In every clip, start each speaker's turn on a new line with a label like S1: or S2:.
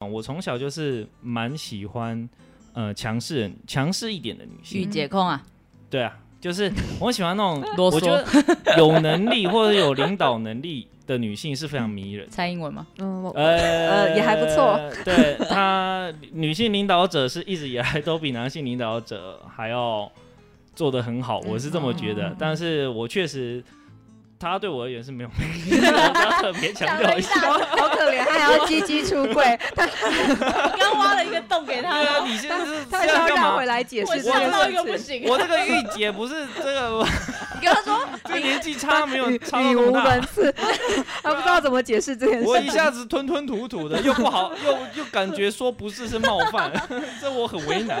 S1: 种，我从小就是蛮喜欢呃强势人、强势一点的女性。
S2: 御
S3: 嗯
S2: 姐控啊，
S1: 对啊，就是 我喜欢那种
S2: 啰嗦
S1: 我觉得有能力或者有领导能力的女性是非常迷人的。
S2: 蔡英文吗？
S3: 嗯， 我
S1: 呃
S3: 呃也还不错。
S1: 对她，女性领导者是一直以来都比男性领导者还要做得很好，我是这么觉得。
S2: 嗯
S1: 但是我确实，她对我而言是没有 魅力的，我要特别强调一下。
S3: 好好可怜，他还要鸡鸡出柜，
S2: 刚挖了一个洞给
S1: 对啊，你 现在是
S3: 他
S1: 这
S3: 还是
S1: 样
S3: 要
S1: 干
S3: 绕回
S1: 嘛？
S3: 来解释这
S1: 吓到
S3: 件事情。
S2: 行
S1: 我这个御姐不是这个，
S2: 你跟 他说
S1: 这年纪差没 有
S3: 语
S1: 差到
S3: 语
S1: 那
S3: 无
S1: 么大
S3: 伦。 次，他不知道怎么解释这件
S1: 我
S3: 事
S1: 一。下子吞吞吐吐的，又不好， 又又感觉说不是是冒犯， 这我很为难。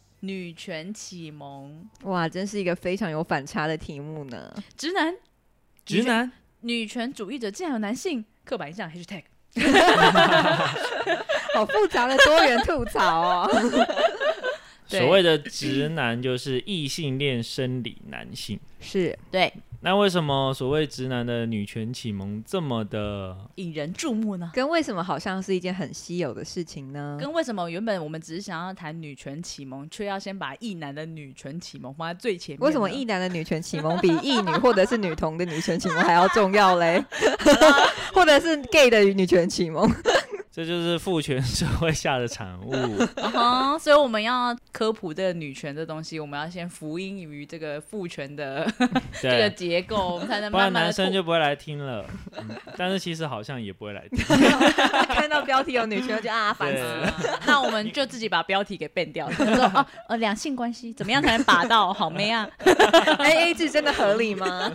S2: 女权启蒙，
S3: 哇，真是一个非常有反差的题目呢。
S2: 直男
S1: 直男，
S2: 女权主义者竟然有男性刻板印象 #hashtag。
S3: 好复杂的多元吐槽哦。
S2: 对
S1: 所谓的直男就是异性恋生理男性。
S3: 是，
S2: 对，
S1: 那为什么所谓直男的女权启蒙这么的？
S2: 引人注目呢。
S3: 跟为什么好像是一件很稀有的事情呢？
S2: 跟为什么原本我们只是想要谈女权启蒙，却要先把异男的女权启蒙放在最前面呢？
S3: 为什么异男的女权启蒙比异女或者是女同的女权启蒙还要重 要嘞？或者是 gay 的女权启蒙？
S1: 这就是父权社会下的产物。
S2: 嗯哼， 所以我们要科普这个女权这东西，我们要先福音于这个父权的 这个
S1: 对，
S2: 结构，我们才能
S1: 不
S2: 慢
S1: 然
S2: 慢
S1: 男
S2: 的
S1: 生就不会来听了。嗯但是其实好像也不会来听。
S3: 看到标题有女权就啊， 烦死。
S1: 对，
S2: 那我们就自己把标题给变掉，就 说哦，呃，两性关系怎么样才能把到好妹啊？
S3: 哎 A A 制真的合理吗？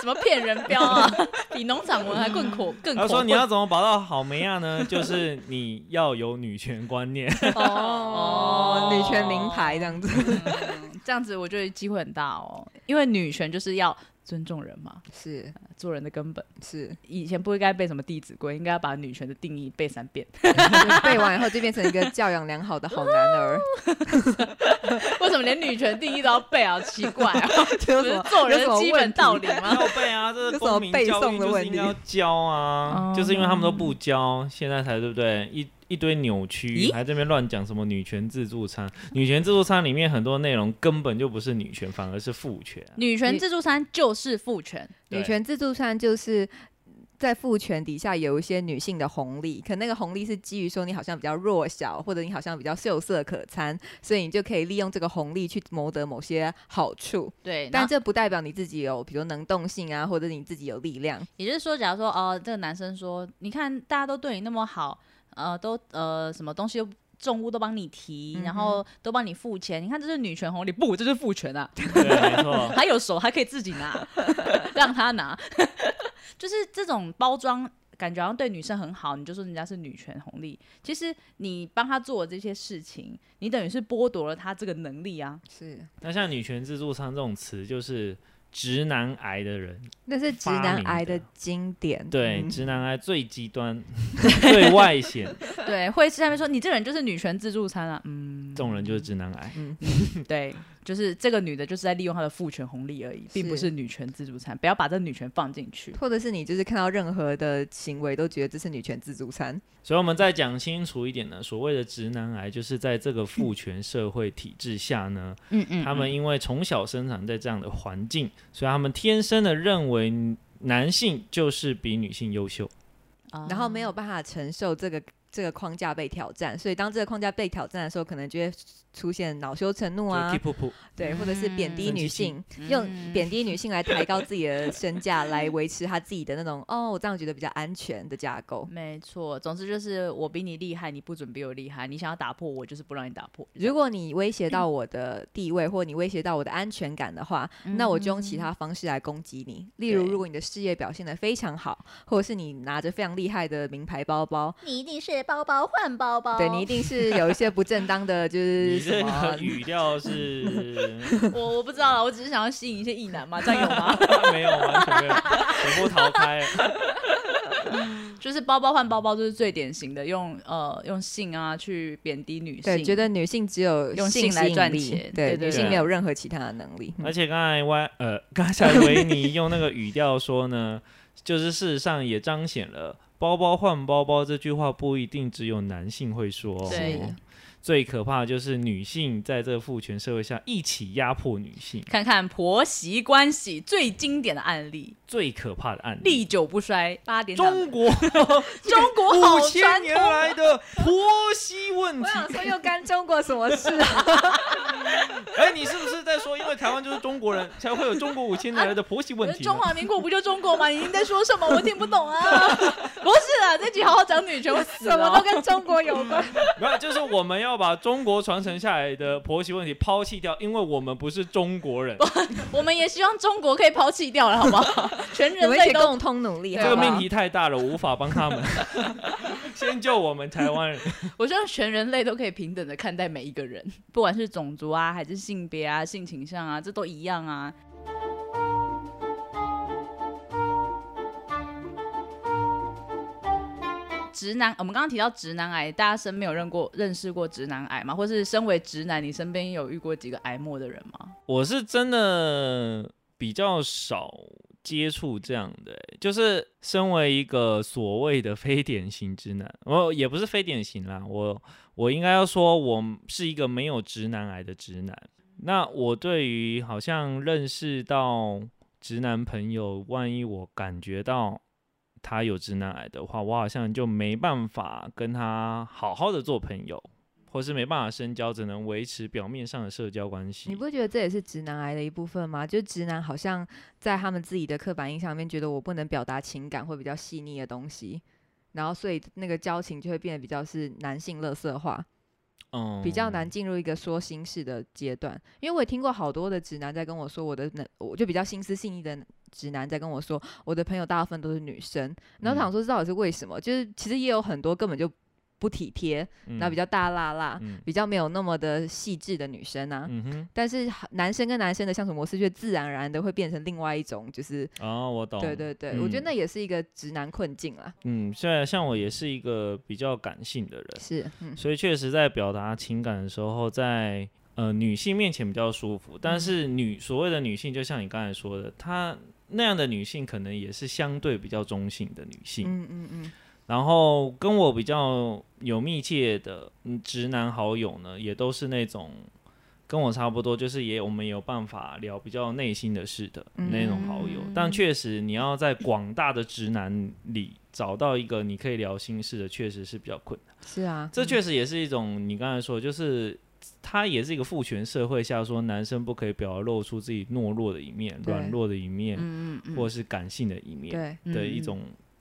S2: 什么骗人标啊， 比农场文还更苦更苦。
S1: 他说你要怎么保到好梅亚呢？ 就是你要有女权观 念。
S3: 哦，女权名牌这样子。
S2: 嗯这样子，我觉得机会很大哦，因为女权就是要尊重人嘛，
S3: 是
S2: 做人的根本。
S3: 是，
S2: 以前不应该背什么《弟子规》，应该要把女权的定义背三 遍。
S3: 就背完以后就变成一个教养良好的好男 儿，
S2: 为什么连女权定义都要背啊？奇怪 啊，
S3: 这
S2: 不
S3: 是什
S2: 是
S3: 么
S2: 做人
S3: 这是
S2: 的
S3: 什么
S2: 基本
S3: 问题
S2: 道理吗？
S1: 要背啊，这是
S3: 这 是什么
S1: 公民
S3: 背
S1: 教育
S3: 诵的
S1: 就是
S3: 问
S1: 应
S3: 题
S1: 该要教啊
S2: 哦，
S1: 就是因为他们都不教，现在才对不对？一一堆扭曲，
S2: 咦
S1: 还这边乱讲什么女权自助餐，女权自助餐里面很多内容根本就不是女权，反而是父权。
S2: 女权自助餐就是父权，
S1: 对
S3: 女权自助餐就是。在父权底下有一些女性的红利，可那个红利是基于说你好像比较弱小，或者你好像比较秀色可餐，所以你就可以利用这个红利去谋得某些好处。
S2: 对。
S3: 但
S2: 但
S3: 这不代表你自己有，比如能动性啊，或者你自己有力量。
S2: 也就是说，假如说哦、这个男生说，你看大家都对你那么好，呃，都呃什么东西都重物都帮你提，
S3: 嗯哼
S2: 然后都帮你付钱，你看这是女权红利，不，这是父权啊，
S1: 对，没错。
S2: 还有手还可以自己 拿，让他拿， 就是这种包装。感觉好像对女生很好，你就说人家是女权红利。其实你帮他做的这些事情，你等于是剥夺了他这个能力 啊。
S3: 是，
S1: 那像女权自助餐这种词，就是直男癌的人，
S3: 那是直
S1: 发
S3: 男
S1: 明
S3: 癌的
S1: 的
S3: 经典。
S1: 对，
S3: 嗯
S1: 直男癌最极端、 最外显，
S2: 对，会是下面说你这人就是女权自助餐啊。嗯，
S1: 这种人就是直男癌。
S2: 对，就是这个女的就是在利用她的父权红利而已，并不
S3: 是
S2: 是女权自助餐。不要把这女权放进去。
S3: 或者是你就是看到任何的行为都觉得这是女权自助餐。
S1: 所以我们再讲清楚一点呢，所谓的直男癌，就是在这个父权社会体制下呢，
S2: 嗯嗯
S1: 他们因为从小生长在这样的环境，所以他们天生的认为男性就是比女性优秀。
S2: 嗯哦
S3: 然后没有办法承受这个这个框架被挑战，所以当这个框架被挑战的时候，可能就会出现恼羞成怒啊
S1: 就 keep，噗噗
S3: 对，或者是贬低
S1: 嗯
S3: 女性，用贬低女性来抬高自己的身价，来维持她自己的那种哦，我这样觉得比较安全的架构。
S2: 没错，总之就是我比你厉害，你不准比我厉害。你想要打破我，就是不让你打破。
S3: 如果你威胁到我的地位，或你威胁到我的安全感的话，那我就用其他方式来攻击你。例如，
S2: 对
S3: 如果你的事业表现得非常好，或者是你拿着非常厉害的名牌包包，
S4: 你一定是包包换包
S2: 哦
S4: 包，
S3: 对你一定是有一些不正当 的，就是
S1: 你
S3: 什
S1: 这
S3: 么啊
S1: 个语调是
S2: 我我不知道了，啊我只是想要吸引一些异男嘛，这样有 吗？
S1: 没有完全没有，全部逃开。
S2: 就是包包换包包，就是最典型的用呃用性啊去贬低女性。
S3: 对，觉得女性只有
S2: 用
S3: 性
S2: 性来
S3: 吸引
S2: 赚
S3: 力
S2: 钱对对
S3: 对，
S2: 嗯
S3: 女性
S1: 对
S3: 没有任何其他的能力。
S1: 而且刚才歪呃，刚才维尼用那个语调说呢， 就是事实上也彰显了“包包换包包”这句话不一定只有男性会说、哦。
S2: 对，
S1: 最可怕的就是女性在这个父权社会下一起压迫女性，
S2: 看看婆媳关系最经典的案例，
S1: 最可怕的案例。
S2: 历久不衰。八点档
S1: 中国
S2: 中国好
S1: 五
S2: 传
S1: 千
S2: 统
S1: 年来的婆媳问
S3: 我
S1: 题，
S3: 想说，又干中国什么事 啊？
S1: 哎，你是不是在说，因为台湾就是中国人才会有中国五千年来的婆媳问题呢？
S2: 中华民国不就中国吗？你在说什么？我听不懂啊！ 不是啊，这集好好讲女权，我死
S3: 什
S2: 了哦
S3: 么都跟中国有关。
S1: 没有，就是我们要把中国传承下来的婆媳问题抛弃掉，因为我们不是中国人。
S2: 我们也希望中国可以抛弃掉了，好不 好？全
S3: 我
S2: 人
S3: 们一
S2: 类
S3: 起
S2: 都
S3: 共同努力，
S1: 这
S3: 好
S1: 个
S3: 不好
S1: 命题太大了，我无法帮他们。 先救我们台湾人，
S2: 我希望全人类都可以平等的看待每一个人， 不管是种族啊，还是性别啊、性倾向啊，这都一样啊。直男，我们刚刚提到直男癌，大家身边有认过认识过直男癌吗？或是身为直男，你身边有遇过几个癌末的人吗？
S1: 我是真的比较少接触这样的、欸就是身为一个所谓的非典型直男，我也不是非典型啦，我我应该要说，我是一个没有直男癌的直男。那我对于好像认识到直男朋友，万一我感觉到他有直男癌的话，我好像就没办法跟他好好的做朋友，或是没办法深交，只能维持表面上的社交关系。
S3: 你不觉得这也是直男癌的一部分吗？就直男好像在他们自己的刻板印象里面，觉得我不能表达情感或比较细腻的东西，然后所以那个交情就会变得比较是男性乐色化，
S1: 嗯
S3: 比较难进入一个说心事的阶段。因为我也听过好多的直男在跟我说，我的那我就比较心思细腻的直男在跟我说，我的朋友大部分都是女生，
S1: 嗯
S3: 然后我想说这到底是为什么？就是其实也有很多根本就不体贴，
S1: 嗯，
S3: 然后比较大辣辣，
S1: 嗯
S3: 比较没有那么的细致的女生啊。
S1: 嗯哼，
S3: 但是哈男生跟男生的相处模式却自然而然的会变成另外一种，就是
S1: 哦，我懂，
S3: 对对对，我觉得
S1: 嗯
S3: 那也是一个直男困境啦。
S1: 嗯，虽然像我也是一个比较感性的人，
S3: 是，嗯，
S1: 所以确实在表达情感的时候，在呃女性面前比较舒服，
S3: 嗯
S1: 但是女所谓的女性，就像你刚才说的，她那样的女性可能也是相对比较中性的女性，
S3: 嗯嗯嗯，
S1: 然后跟我比较有密切的嗯直男好友呢，也都是那种跟我差不多，就是也我们有办法聊比较内心的事的那种好友。但确实，你要在广大的直男里找到一个你可以聊心事的，确实是比较困难。
S3: 是啊，
S1: 这
S3: 嗯
S1: 确实也是一种你刚才说的，就是。它也是一个父权社会下说男生不可以表露出自己懦弱的一面、
S3: 对
S1: 软弱的一面，
S2: 嗯嗯嗯
S1: 或者是感性的一面。
S3: 对，
S1: 的一种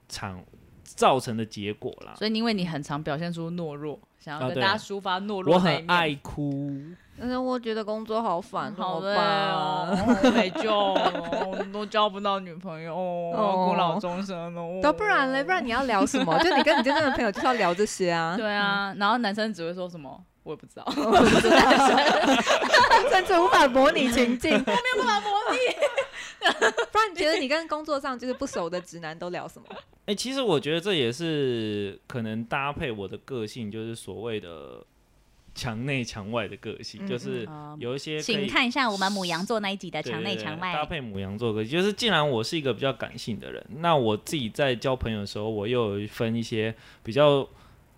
S1: 产造成的结果啦。
S2: 嗯所以因为你很常表现出懦弱，想要
S1: 啊
S2: 跟
S1: 对
S2: 大家抒发懦弱
S1: 我
S2: 那一
S1: 很
S2: 面。
S1: 爱哭，
S3: 但是我觉得工作好烦，
S2: 嗯
S3: 怎
S2: 好
S3: 么
S2: 累
S3: 办啊
S2: 哦，好没救哦， 我都交不到女朋友，哦我要孤老终生哦。
S3: 都不然嘞，不然你要聊什么？就你跟你真正的朋友就是要聊这些啊，
S2: 对啊，然后男生只会说什么，我也不知道，
S3: 我不知道，甚至无法模拟情境。
S2: 没有办法模拟。
S3: 不然你觉得你跟工作上就是不熟的直男都聊 什么？
S1: 哎、其实我觉得这也是可能搭配我的个性，就是所谓的墙内墙外的个性，
S3: 嗯
S1: 就是有一些可
S4: 请
S1: 以
S4: 看一下我们母羊座那一集的
S1: 对
S4: 墙内
S1: 对
S4: 墙
S1: 对
S4: 外
S1: 搭。配母羊座个性。就是既然我是一个比较感性的人，那我自己在交朋友的时候，我又有分一些比较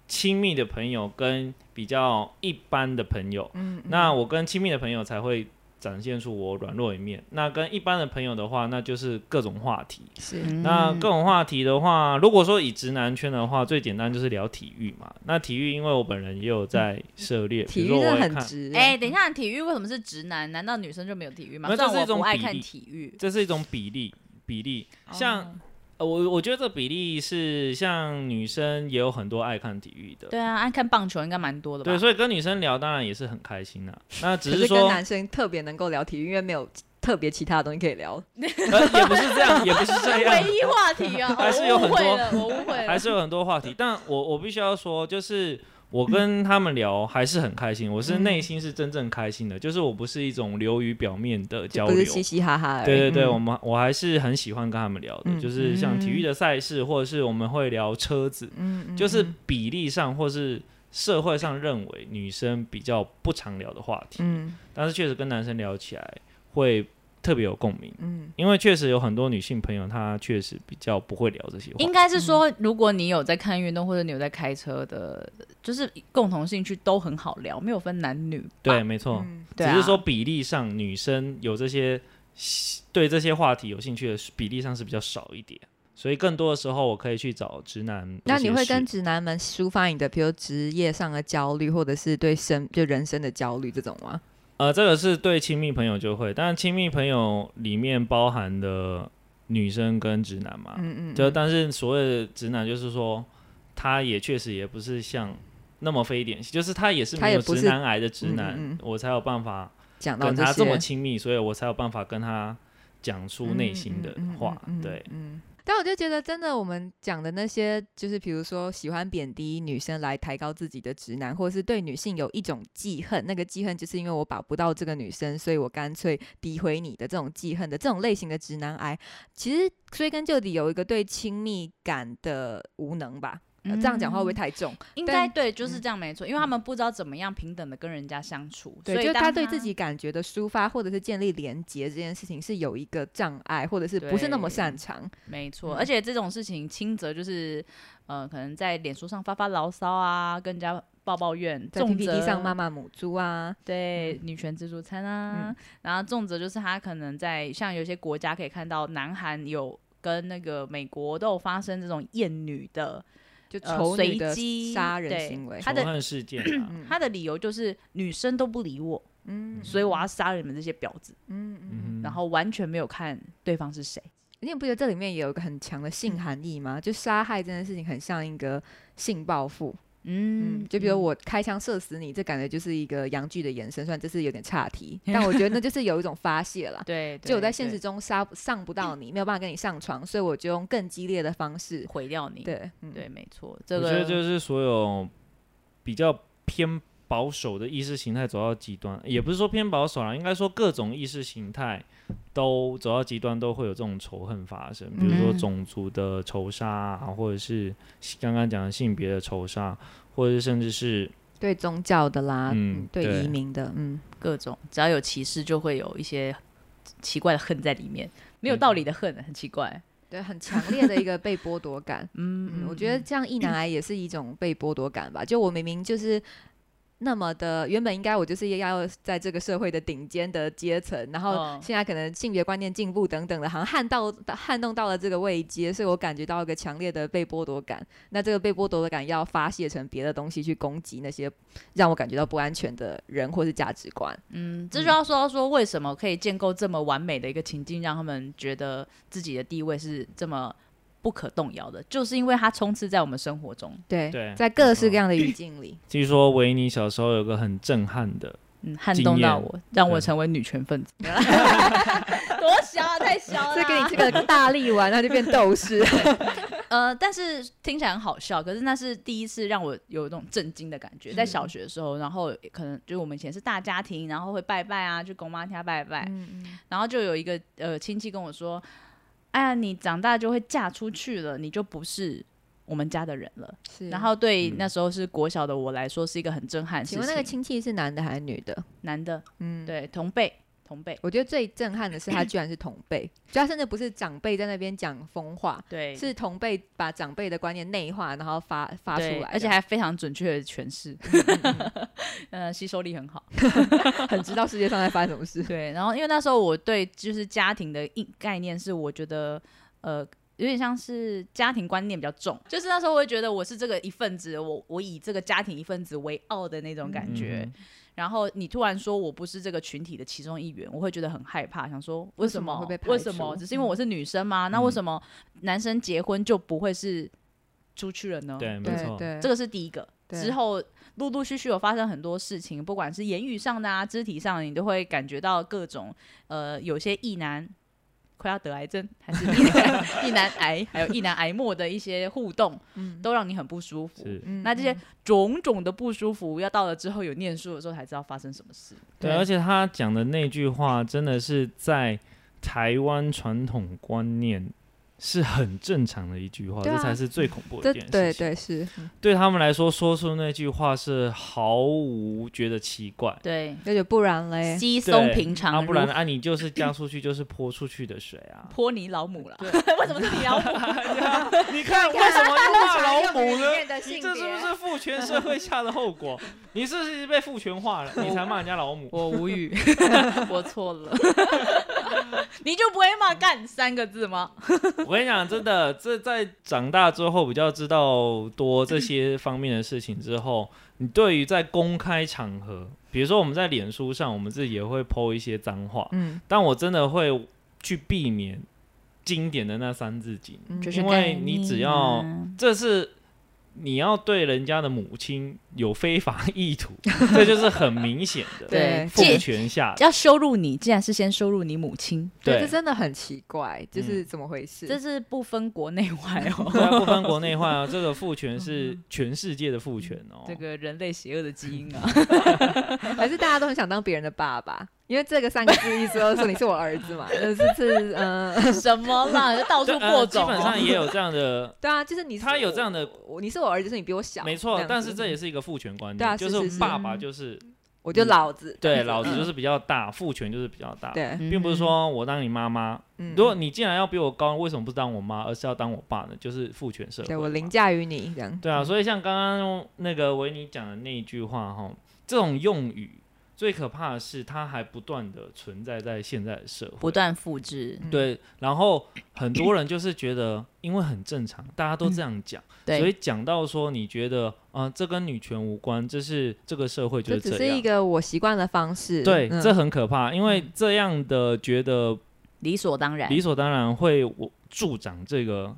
S1: 亲密的朋友跟比较一般的朋友。
S3: 嗯，
S1: 那我跟亲密的朋友才会展现出我软弱一面。那跟一般的朋友的话，那就是各种话题。
S3: 是
S1: 那各种话题的话，如果说以直男圈的话，最简单就是聊体育嘛。那体育，因为我本人也有在涉猎，
S3: 嗯体
S1: 比
S3: 育
S1: 如说
S3: 真
S1: 我
S3: 的
S1: 也
S3: 很
S1: 看，
S3: 直，欸
S2: 哎、等一下，体育为什么是直男？难道女生就没有体育吗？
S1: 没有
S2: 虽然
S1: 这是一
S2: 我
S1: 种
S2: 不爱
S1: 比
S2: 看
S1: 例
S2: 体育，
S1: 这是一种比例，比例像。
S2: 哦
S1: 呃我我觉得这比例是像女生也有很多爱看体育的，
S2: 对啊，爱看棒球应该蛮多的吧？
S1: 对，所以跟女生聊当然也是很开心的、啊那只
S3: 可
S1: 是
S3: 是跟
S1: 说
S3: 男生特别能够聊体育，因为没有特别其他的东西可以聊。
S1: 呃也不是这样，也不是这 样，
S2: 啊唯一话题啊，
S1: 还是有很
S2: 我误会
S1: 多
S2: 了，我误会了
S1: 还。是有很多话题。但我我必须要说，就是我跟他们聊还是很开心，我
S3: 嗯
S1: 是内心是真正开心的，就是我不是一种流于表面的交
S3: 不
S1: 流
S3: 是。嘻嘻哈哈而已。
S1: 对对对，
S3: 嗯
S1: 我们我还是很喜欢跟他们聊的，
S3: 嗯
S1: 就是像体育的赛事，或者是我们会聊车子，
S3: 嗯嗯
S1: 就是
S3: 嗯
S1: 比例上或是社会上认为女生比较不常聊的话题，
S3: 嗯
S1: 但是确实跟男生聊起来会特别有共鸣，
S3: 嗯，
S1: 因为确实有很多女性朋友她确实比较不会聊这些话
S2: 应
S1: 题。
S2: 该是说，如果你有在看运动或者你有在开车的，就是共同兴趣都很好聊，没有分男女吧。
S1: 对，没错，
S3: 嗯
S2: 对
S1: 哦只
S2: 啊
S1: 是说比例上女生有这些喜对这些话题有兴趣的比例上是比较少一点，所以更多的时候我可以去找直男。
S3: 那你会跟直男们抒发你的，比如职业上的焦虑，或者是对生就人生的焦虑这种吗？
S1: 呃，这个是对亲密朋友就会，但亲密朋友里面包含的女生跟直男嘛，
S3: 嗯嗯，
S1: 啊就但是所谓的直男，就是说他也确实也不是像那么非典型，就是他也是
S3: 他
S1: 没
S3: 也
S1: 有
S3: 不
S1: 直
S3: 是
S1: 男癌的直
S3: 嗯嗯
S1: 男，
S3: 嗯
S1: 我才有办法
S3: 讲到
S1: 跟他这么
S3: 些
S1: 亲密，所以我才有办法跟他讲出内心的话。
S3: 嗯嗯嗯嗯
S1: 对，
S3: 嗯。但我就觉得，真的，我们讲的那些，就是比如说喜欢贬低女生来抬高自己的直男，或者是对女性有一种记恨，那个记恨就是因为我把不到这个女生，所以我干脆诋毁你的这种记恨的这种类型的直男癌，其实追根究底有一个对亲密感的无能吧。呃这样讲话会不会太重？
S2: 应该
S3: 但嗯
S2: 对，就是这样没错，因为他们不知道怎么样平等的跟人家相处，所以
S3: 对，就是
S2: 当
S3: 他对自己感觉的抒发，或者是建立连结这件事情是有一个障碍，或者是不是那么
S2: 对
S3: 擅长。
S2: 没错，
S3: 嗯
S2: 而且这种事情轻则就是呃，可能在脸书上发发牢骚啊，跟人家抱抱怨，
S3: 在
S2: 重则
S3: PPT 上骂嗯骂母猪啊，
S2: 对、女权自助餐啊，然后重则就是他可能在像有些国家可以看到，南韩有跟那个美国都有发生这种厌女的
S3: 就
S2: 呃
S3: 丑
S2: 随
S3: 女的
S2: 机
S3: 杀人
S2: 对
S3: 行为。
S2: 他
S1: 仇
S2: 的
S1: 恨事件啊，
S3: 嗯
S2: 他的理由就是女生都不理我，
S3: 嗯
S2: 所以我要杀了你们这些婊子，
S3: 嗯嗯，
S1: 嗯哼
S2: 然后完全没有看对方是谁。
S3: 你也不觉得这里面也有一个很强的性含义吗？就杀害这件事情很像一个性报复，
S2: 嗯
S3: 嗯，就比如我开枪射死你，这感觉就是一个洋剧的延伸，虽然这是有点岔 题，但我觉得那就是有一种发泄啦。
S2: 对，
S3: 就我
S2: 对
S3: 在现
S2: 对
S3: 实中杀不上不到你，没有办法跟你上床，所以我就用更激烈的方式。
S2: 毁掉你。
S3: 对，嗯
S2: 对，没错，这
S1: 我觉
S2: 个
S1: 得就是所有比较偏保守的意识形态走到极端，也不是说偏保守啊啦，应该说各种意识形态都走到极端，都会有这种仇恨发生，比如说
S2: 嗯
S1: 种族的仇杀啊，或者是刚刚讲的性别的仇杀，或者是甚至是
S3: 对宗教的啦，
S1: 嗯
S3: 嗯，对
S1: 对
S3: 移民的，嗯，
S2: 各种只要有歧视，就会有一些奇怪的恨在里面，没有
S1: 嗯
S2: 道理的恨，很奇怪。
S3: 对，很强烈的一个被剥夺感。
S2: 嗯，
S3: 嗯，我觉得这样一男癌也是一种被剥夺感吧。就我明明就是那么的，原本应该我就是要在这个社会的顶尖的阶层，然后
S2: 嗯
S3: 现在可能性别观念进步等等的，好像撼到撼动到了这个位阶，所以我感觉到一个强烈的被剥夺感。那这个被剥夺的感要发泄成别的东西去攻击那些让我感觉到不安全的人或是价值观。
S2: 嗯，这就要说到说为什么可以建构这么完美的一个情境，让他们觉得自己的地位是这么不可动摇的，就是因为它充斥在我们生活中。
S3: 对
S1: 对
S3: 在各式各样的语境里，
S1: 据说维尼小时候有个很震撼的，
S2: 嗯，撼
S1: 经
S2: 动到
S1: 验
S2: 我，让我
S1: 对
S2: 成为女权 分子。 多小啊，太小了
S3: 所以
S2: 啦。
S3: 给 你这个大力丸，然后就变斗士。
S2: 呃，但是听起来很好笑，可是那是第一次让我有一种震惊的感觉。
S3: 嗯
S2: 在小学的时候，然后可能就是我们以前是大家庭，然后会拜拜啊，去公妈家拜拜，
S3: 嗯嗯
S2: 然后就有一个呃亲戚跟我说：“哎呀，你长大就会嫁出去了，你就不是我们家的人了。”
S3: 是
S2: 然后对
S1: 嗯
S2: 那时候是国小的我来说是一个很震撼的事
S3: 请
S2: 情。
S3: 问那个亲戚是男的还是女的？
S2: 男的，
S3: 嗯，
S2: 对同辈。同辈，
S3: 我觉得最震撼的是，他居然是同辈，就他甚至不是长辈在那边讲疯话，
S2: 对，
S3: 是同辈把长辈的观念内化，然后发发出
S2: 对
S3: 来，嗯
S2: 而且还非常准确的诠释， 呃，吸收力很好。。
S3: 很知道世界上在发生什么事
S2: 对，然后因为那时候我对就是家庭的印概念是，我觉得呃有点像是家庭观念比较重，就是那时候我会觉得我是这个一份子，我我以这个家庭一份子为傲的那种感觉。
S1: 嗯
S2: 然后你突然说我不是这个群体的其中一员，我会觉得很害怕，想说为什
S3: 什么
S2: 么
S3: 会被排
S2: 为什么
S3: 除
S2: 只是因为我是女生吗？那为
S1: 嗯
S2: 什么男生结婚就不会是出去了呢？
S1: 嗯对，没
S3: 对
S1: 错，
S3: 对，
S2: 这个是第一个。
S3: 对
S2: 之后陆陆续续有发生很多事情，不管是言语上的啊，肢体上的，你都会感觉到各种呃，有些异男快要得癌症，还是异男 异男癌，还有异男癌末的一些互动，
S3: 嗯
S2: 都让你很不舒服。
S1: 是。
S3: 嗯
S2: 那这些种种的不舒服，要到了之后有念书的时候才知道发生什么事。
S1: 对，
S3: 对
S1: 而且他讲的那句话真的是在台湾传统观念是很正常的一句话，
S3: 对
S1: 这才
S3: 啊
S1: 是最恐怖的一
S3: 这
S1: 件事情。
S3: 对对是，嗯
S1: 对他们来说，说出那句话是毫无觉得奇怪。
S2: 对，
S3: 那就不然嘞，
S2: 稀松
S1: 对
S2: 平常
S1: 啊，
S2: 如，。
S1: 不然啊，你就是嫁出去就是泼出去的水啊
S2: 泼你老母了。 为什么是你老母？
S1: 你看为什么要骂老母呢
S3: 用语里面的？性
S1: 你这是不
S3: 别
S1: 是父权社会下的后果？你是不是被父权化了，你才骂人家老母？
S2: 我无语， 我错了。 你就不会骂“干”三个字吗？
S1: 我跟你讲，真的，这在长大之后比较知道多这些方面的事情之后，你对于在公开场合，比如说我们在脸书上，我们自己也会 PO 一些脏话，
S3: 嗯，
S1: 但我真的会去避免经典的那三字经，
S3: 嗯
S1: 因为你只要呃
S2: 嗯
S1: 这是你要对人家的母亲有非法意图， 这就是很明显的
S2: 对
S3: 对
S1: 父
S2: 借
S1: 权下的。
S2: 要羞辱你，竟然是先羞辱你母亲，
S3: 对，
S1: 对嗯
S3: 这真的很奇怪，就是怎么回事？
S2: 这是不分国内外
S1: 对啊，
S2: 哦。
S1: 不分国内外啊，这个父权是全世界的父权哦。
S2: 这个人类邪恶的基因啊，
S3: 还是大家都很想当别人的爸爸？因为这个三个字意思都是说你是我儿子嘛，就是是嗯，
S2: 什么啦，就到处
S1: 对
S2: 播
S1: 呃
S2: 种
S1: 基本上
S2: 哦。
S1: 也有这样的，
S3: 对啊，就是你是
S1: 他有这样的
S3: 我，我你是我儿子，是你比我小，
S1: 没错
S3: 样，子嗯
S1: 但是这也是一个父权观
S3: 对
S1: 念，
S3: 啊
S1: 就是
S3: 是是嗯
S1: 爸爸就是
S3: 我就老子，
S1: 对老子就是比较大，父权就是比较大，
S3: 嗯对，
S1: 并不是
S2: 嗯
S1: 说我当你妈妈，
S3: 嗯
S1: 如果你既然要比我高，为什么不当我妈，而是要当我爸呢？就是父权社会嘛。
S3: 对我嗯凌驾于你这样，
S1: 对啊，所以像刚刚那个维尼讲的那一句话哈，这种用语最可怕的是它还不断的存在在现在的社
S2: 不
S1: 会。
S2: 断复制，
S3: 嗯
S1: 对，然后很多人就是觉得，因为很正常，大家都这样讲，所以
S2: 对，
S1: 讲到说你觉得啊、这跟女权无关，这是这个社会就
S3: 这
S1: 是
S3: 只
S1: 这
S3: 是
S1: 样
S3: 一。个我习惯的方式，
S1: 对，
S3: 嗯
S1: 这很可怕，因为这样的觉得
S2: 理所当然
S1: 理。所当然会我助长这个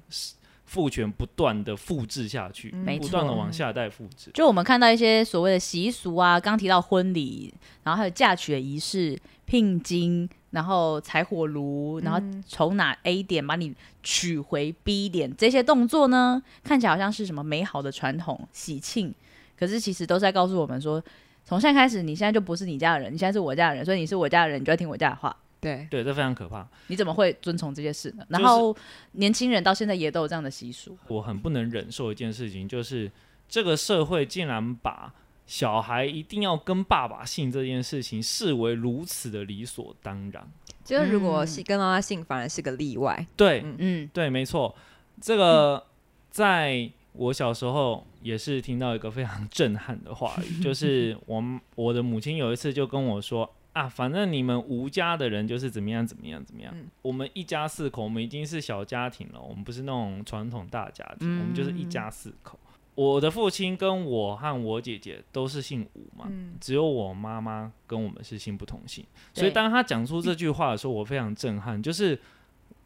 S1: 父权不断的复制下去，
S3: 嗯
S2: 没
S1: 不
S2: 错
S1: 断的往下一代复制。
S2: 就我们看到一些所谓的习俗啊，刚提到婚礼，然后还有嫁娶的仪式、聘金，然后柴火炉，然后
S3: 嗯
S2: 从哪 A 点把你取回 B 点，这些动作呢，看起来好像是什么美好的传统喜庆，可是其实都是在告诉我们说，从现在开始，你现在就不是你家的人，你现在是我家的人，所以你是我家的人，你就要听我家的话。
S3: 对，
S1: 对，这非常可怕。
S2: 你怎么会遵从这些事呢？
S1: 是
S2: 然后年轻人到现在也都有这样的习俗，
S1: 我很不能忍受一件事情，就是这个社会竟然把小孩一定要跟爸爸姓这件事情视为如此的理所当然。
S3: 就是如果
S2: 嗯
S3: 是跟妈妈姓，反而是个例外。
S1: 对，
S3: 嗯
S2: 嗯，
S1: 对，没错，这个在我小时候也是听到一个非常震撼的话 语，就是我们我的母亲有一次就跟我说。啊，反正你们吴家的人就是怎么样怎么样怎么样。
S3: 嗯
S1: 我们一家四口，我们已经是小家庭了，我们不是那种传统大家庭，我们就是
S3: 嗯
S1: 一家四口。我的父亲跟我和我姐姐都是姓吴嘛，
S3: 嗯，
S1: 只有我妈妈跟我们是姓不同姓，
S2: 对
S1: 所以当他讲出这句话的时候，我非常震撼，就是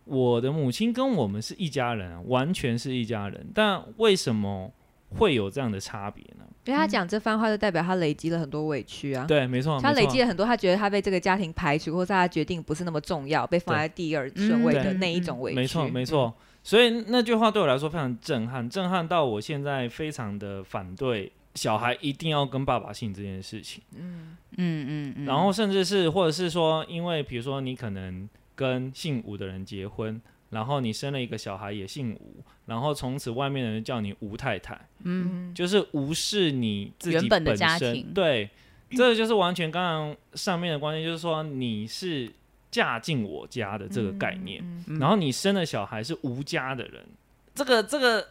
S1: 我的母亲跟我们是一家人啊，完全是一家人，但为什么会有这样的差别呢？
S3: 因为他讲这番话，就代表他累积了很多委屈啊。
S1: 对，没错，
S3: 他
S1: 没
S3: 累
S1: 错
S3: 积了很多，他觉得他被这个家庭排除，或是他决定不是那么重要，被放在第二
S2: 对
S3: 顺位的
S1: 嗯
S3: 那一种委屈。
S1: 没错，没错。所以那句话对我来说非常震撼，震撼到我现在非常的反对小孩一定要跟爸爸姓这件事情。
S2: 嗯嗯嗯，
S1: 然后甚至是或者是说，因为比如说你可能跟姓吴的人结婚，然后你生了一个小孩也姓吴，然后从此外面的人叫你吴太太，
S2: 嗯。
S3: 嗯，
S1: 就是无视你自己
S2: 原本的
S1: 身
S2: 家庭
S1: 对。这个就是完全刚刚上面的观念，就是说你是嫁进我家的这个概念，
S3: 嗯
S2: 嗯
S1: 然后你生的小孩是无家的人，这个这个，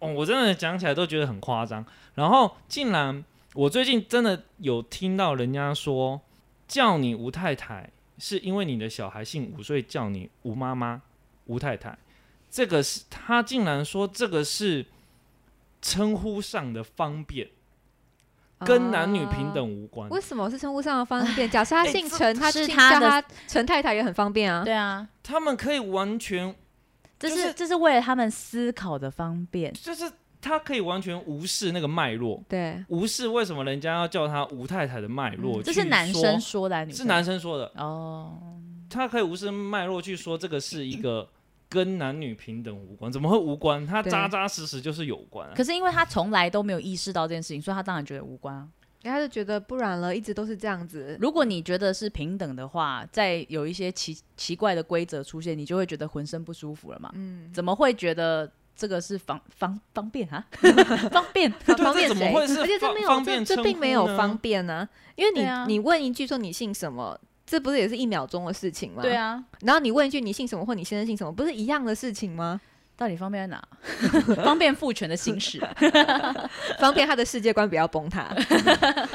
S1: 哦，我真的讲起来都觉得很夸张。然后竟然我最近真的有听到人家说，叫你吴太太是因为你的小孩姓吴，所以叫你吴妈妈、吴太太。这个是他竟然说这个是称呼上的方便，
S3: 嗯
S1: 跟男女平等
S3: 哦。
S1: 无关。
S3: 为什么是称呼上的方 便？假设他姓
S2: 这
S3: 陈，他
S2: 是
S3: 姓
S2: 他
S3: 叫
S2: 的
S3: 他陈太太也很方
S1: 嗯
S3: 便啊。
S2: 对啊，
S1: 他们可以完全
S2: 这、
S1: 就是是
S2: 这是为了他们思考的方便。
S1: 就是他可以完全无视那个脉络，
S3: 对，
S1: 无视为什么人家要叫他吴太太的脉络、
S2: 嗯这是男生，说的还啊女
S1: 是
S2: 生
S1: 男生说的，
S2: 哦，
S1: 他可以无视脉络去说这个是一个跟男女平等无关，怎么会无关？他
S3: 对
S1: 扎扎实实就是有关、啊
S2: 可。是因为他从来都没有意识到这件事情，所以他当然觉得无关啊。
S3: 他就觉得不然了，一直都是这样子。
S2: 如果你觉得是平等的话，在有一些奇奇怪的规则出现，你就会觉得浑身不舒服了嘛。
S3: 嗯，
S2: 怎么会觉得这个是方方方便啊？ 方便
S3: 对
S1: 对啊
S3: 方
S1: 这
S3: 便
S1: 怎么
S3: 谁
S1: 会是
S3: 而且这
S1: 方
S3: 没有，
S1: 方便
S3: 这这
S1: 称
S3: 并没有
S1: 呼呢
S3: 方便啊，因为你、
S2: 对啊
S3: 你问一句说你姓什么，这不是也是一秒钟的事情吗？
S2: 对。啊，
S3: 然后你问一句你姓什么或你先生姓什么，不是一样的事情吗？
S2: 到底方便在哪？ 方便父权的 行使，
S3: 方便他的世界观不要崩 塌。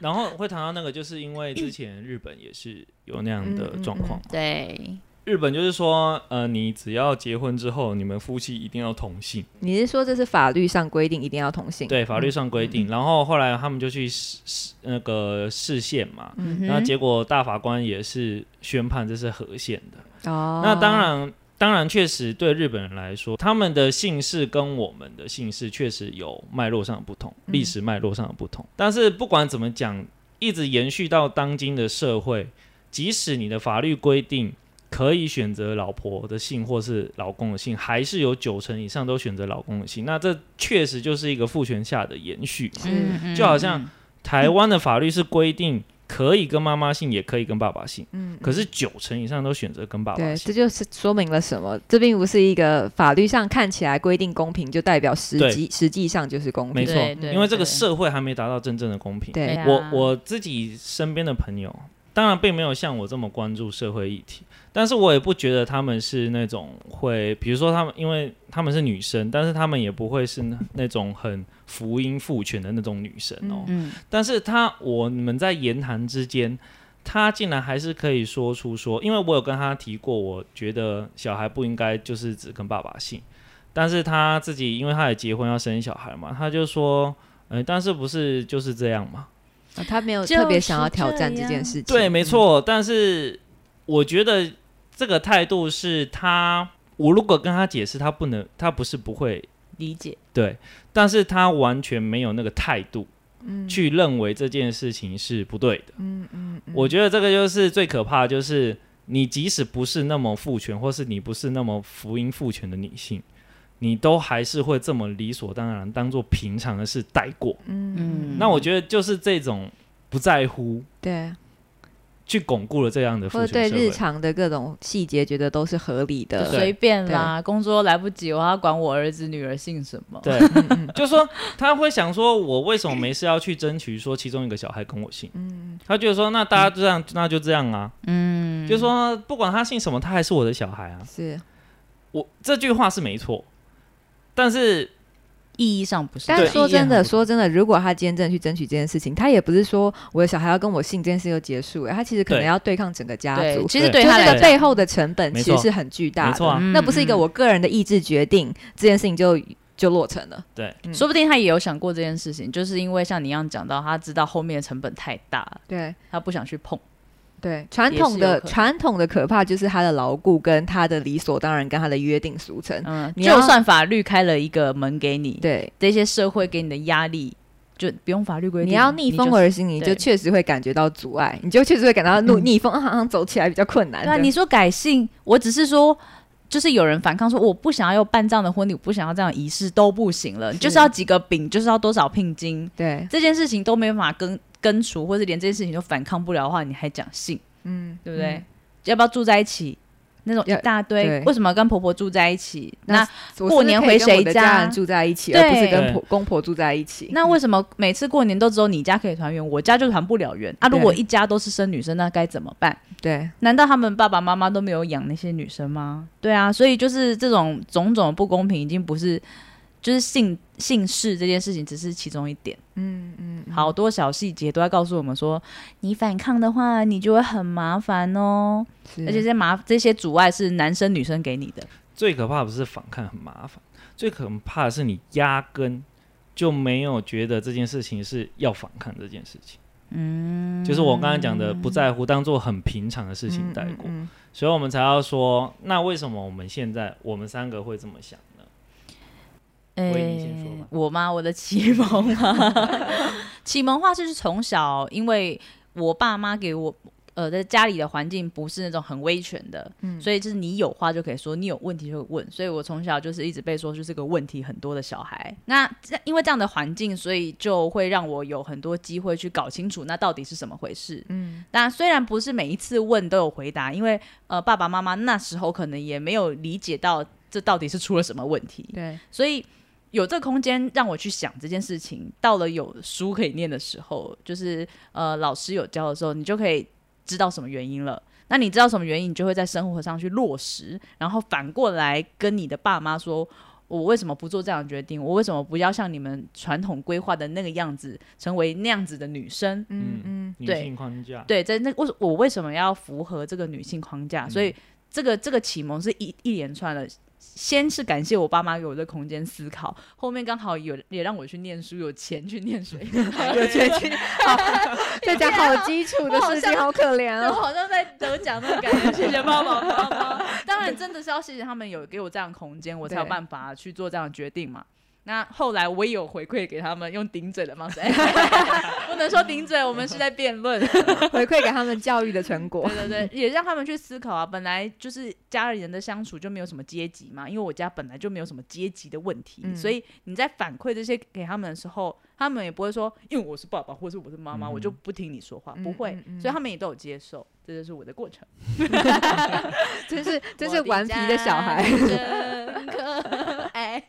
S1: 然后会谈到那个，就是因为之前日本也是有那样
S3: 嗯
S1: 的状况。
S2: 对，
S1: 日本就是说，呃，你只要结婚之后，你们夫妻一定要同姓，
S3: 你是说这是法律上规定一定要同性？
S1: 对，法律上规
S3: 嗯
S1: 定。然后后来他们就去试试那个视线嘛，
S2: 嗯
S1: 那
S2: 哼，
S1: 结果大法官也是宣判这是合宪的。
S3: 哦，
S1: 那当然，当然确实对日本人来说，他们的姓氏跟我们的姓氏确实有脉络上的不同，历史脉络上的不同。但是不管怎么讲，一直延续到当今的社会，即使你的法律规定。可以选择老婆的姓或是老公的姓，还是有九成以上都选择老公的姓。那这确实就是一个父权下的延续嘛。
S2: 嗯嗯
S1: 就好像
S2: 嗯
S1: 台湾的法律是规定可以跟妈妈姓，也可以跟爸爸姓，
S3: 嗯，
S1: 可是九成以上都选择跟爸爸
S3: 对，
S1: 姓
S3: 这。就是说明了什么？这并不是一个法律上看起来规定公平，就代表实
S1: 对
S3: 际实际上就是公
S1: 没
S3: 平。
S1: 错
S2: 对，对
S1: 因为这个
S2: 对
S1: 社会还没达到真正的公平。
S3: 对
S2: 对啊
S1: 我我自己身边的朋友，当然并没有像我这么关注社会议题，但是我也不觉得他们是那种会，比如说他们，因为他们是女生，但是他们也不会是那那种很福音父权的那种女生哦。
S2: 嗯，
S1: 但是他我们在言谈之间，他竟然还是可以说出说，因为我有跟他提过，我觉得小孩不应该就是只跟爸爸姓，但是他自己因为他也结婚要生小孩嘛，他就说，嗯、但是不是就是这样嘛？
S3: 啊他没有
S2: 就是
S3: 特别想要挑战
S2: 这
S3: 这
S2: 样
S3: 件事情。
S1: 对，没错，但是我觉得这个态度是他，我如果跟他解释，他不能，他不是不会
S2: 理解，
S1: 对，但是他完全没有那个态度
S3: 嗯，嗯
S1: 去认为这件事情是不对的。
S3: 嗯嗯，嗯
S1: 我觉得这个就是最可怕，的就是你即使不是那么父权，或是你不是那么福音父权的女性，你都还是会这么理所当然，当做平常的事带过。
S3: 嗯，
S1: 那我觉得就是这种不在乎，
S3: 对，啊
S1: 去巩固了这样的父
S3: 或者对
S1: 权社
S3: 日
S1: 会。
S3: 常的各种细节觉得都是合理
S2: 就
S3: 的。
S1: 对
S2: 随便啦，工作来不及，我还要管我儿子女儿姓什么？
S1: 对，
S3: 嗯
S1: 就说他会想说，我为什么没事要去争取说其中一个小孩跟我姓？
S3: 嗯，
S1: 他觉得说，那大家这样，那就这样啊，
S2: 嗯，
S1: 就说不管他姓什么，他还是我的小孩啊。
S3: 是，
S1: 我这句话是没错，但是
S2: 意义上不是这
S3: 但
S1: 对
S2: 样，
S3: 说
S1: 意义
S3: 真的，
S1: 很
S3: 说真的，如果他今天真的去争取这件事情，他也不是说我的小孩要跟我姓这件事就结束了，他其实可能
S1: 对
S3: 要对抗整个家
S2: 对，
S3: 族，
S2: 其实
S1: 对
S2: 对
S3: 就
S2: 他
S3: 那
S2: 来讲
S3: 个背后的成本其
S1: 没
S3: 实
S1: 错
S3: 是很巨大
S1: 没错
S3: 的，
S1: 啊，
S2: 嗯
S3: 那不是一个我个人的意志决定，这件事情就就落成了。嗯
S2: 说不定他也有想过这件事情，就是因为像你一样讲到，他知道后面的成本太大了，
S3: 对
S2: 他不想去碰。
S3: 对，传
S2: 也
S3: 统
S2: 是有
S3: 的
S2: 可能
S3: 传统的可怕就是它的牢固跟它的理所当然跟它的约定俗成。
S2: 嗯，
S3: 你要
S2: 就算法律开了一个门给你，
S3: 对，
S2: 这些社会给你的压力，就不用法律规定，
S3: 你要逆风
S2: 而
S3: 而行，你就
S2: 对
S3: 确实会感觉到阻碍，你就确实会感到逆
S2: 嗯
S3: 逆风，啊 好像走起来比较困难。
S2: 对啊，你说改姓，我只是说。就是有人反抗说，我不想要办这样的婚礼，我不想要这样的仪式都不行了，
S3: 是
S2: 就是要几个饼，就是要多少聘金，
S3: 对，
S2: 这件事情都没办法根根除，或者连这件事情都反抗不了的话，你还讲性，
S3: 嗯，
S2: 对不对？要不要住在一起？那种一
S3: 要
S2: 大堆
S3: 对，
S2: 为什么跟婆婆住在一起？那
S3: 我
S2: 过
S3: 是
S2: 年
S3: 可
S2: 回
S3: 以跟我
S2: 谁
S3: 的
S2: 家
S3: 家人住在一起，而不是
S1: 对
S3: 跟婆公婆住在一起。
S2: 那为什么每次过年都只有你家可以团圆，我家就团不了圆？啊，如
S3: 对
S2: 果一家都是生女生，那该怎么办？
S3: 嗯对，
S2: 难道他们爸爸妈妈都没有养那些女生吗？对啊，所以就是这种种种的不公平，已经不是就是姓姓氏这件事情，只是其中一点。
S3: 嗯嗯，嗯
S2: 好多小细节都在告诉我们说，你反抗的话，你就会很麻烦哦。
S3: 是
S2: 而且这些麻这些阻碍是男生女生给你的，
S1: 最可怕不是反抗很麻烦，最可怕的是你压根就没有觉得这件事情是要反抗这件事情。嗯，就是我刚刚讲的，不在乎，当做很平常的事情带过，
S3: 嗯嗯嗯
S1: 所以我们才要说，那为什么我们现在我们三个会这么想呢？
S3: 哎
S1: 威尼先说吧
S2: 我吗？我的启蒙吗？ 启蒙话就是从小，因为我爸妈给我。呃，在家里的环境不是那种很威权的，所以就是你有话就可以说，你有问题就问。所以我从小就是一直被说就是个问题很多的小孩。那这因为这样的环境，所以就会让我有很多机会去搞清楚那到底是怎么回事。
S3: 嗯
S2: 那虽然不是每一次问都有回答，因为呃爸爸妈妈那时候可能也没有理解到这到底是出了什么问题。
S3: 对，
S2: 所以有这个空间让我去想这件事情。到了有书可以念的时候，就是呃老师有教的时候，你就可以知道什么原因了。那你知道什么原因，你就会在生活上去落实，然后反过来跟你的爸妈说。我为什么不做这样的决定？我为什么不要像你们传统规划的那个样子，成为那样子的女生？
S3: 嗯
S1: 嗯
S3: 嗯，
S1: 女
S2: 对
S1: 性框架，
S2: 对，在那为什我为什么要符合这个女性框架？所以这个这个启蒙是一一连串的。先是感谢我爸妈给我的空间思考，后面刚好有也让我去念书，有钱去念水
S3: 有钱去，好，这讲好基础的事情，好可怜
S2: 对，我
S3: 哦。
S2: 好像在得奖那种感觉。 谢谢爸 爸妈妈，当然真的是要谢谢他们有给我这样的空间，我才有
S3: 对
S2: 办法去做这样的决定嘛。那后来我也有回馈给他们，用顶嘴的方式， 不能说顶嘴，我们是在辩论。
S3: 回馈给他们教育的成果。
S2: 对对 对，也让他们去思考啊。本来就是家里人的相处就没有什么阶级嘛，因为我家本来就没有什么阶级的问题，
S3: 嗯
S2: 所以你在反馈这些给他们的时候，他们也不会说，因为我是爸爸或是我是妈妈，
S1: 嗯
S2: 我就不听你说话，
S3: 嗯
S2: 不会，
S3: 嗯嗯
S2: 所以他们也都有接受。这就是我的过程，
S3: 真是真
S2: 我
S3: 是顽皮的小孩
S2: 家，真可 爱。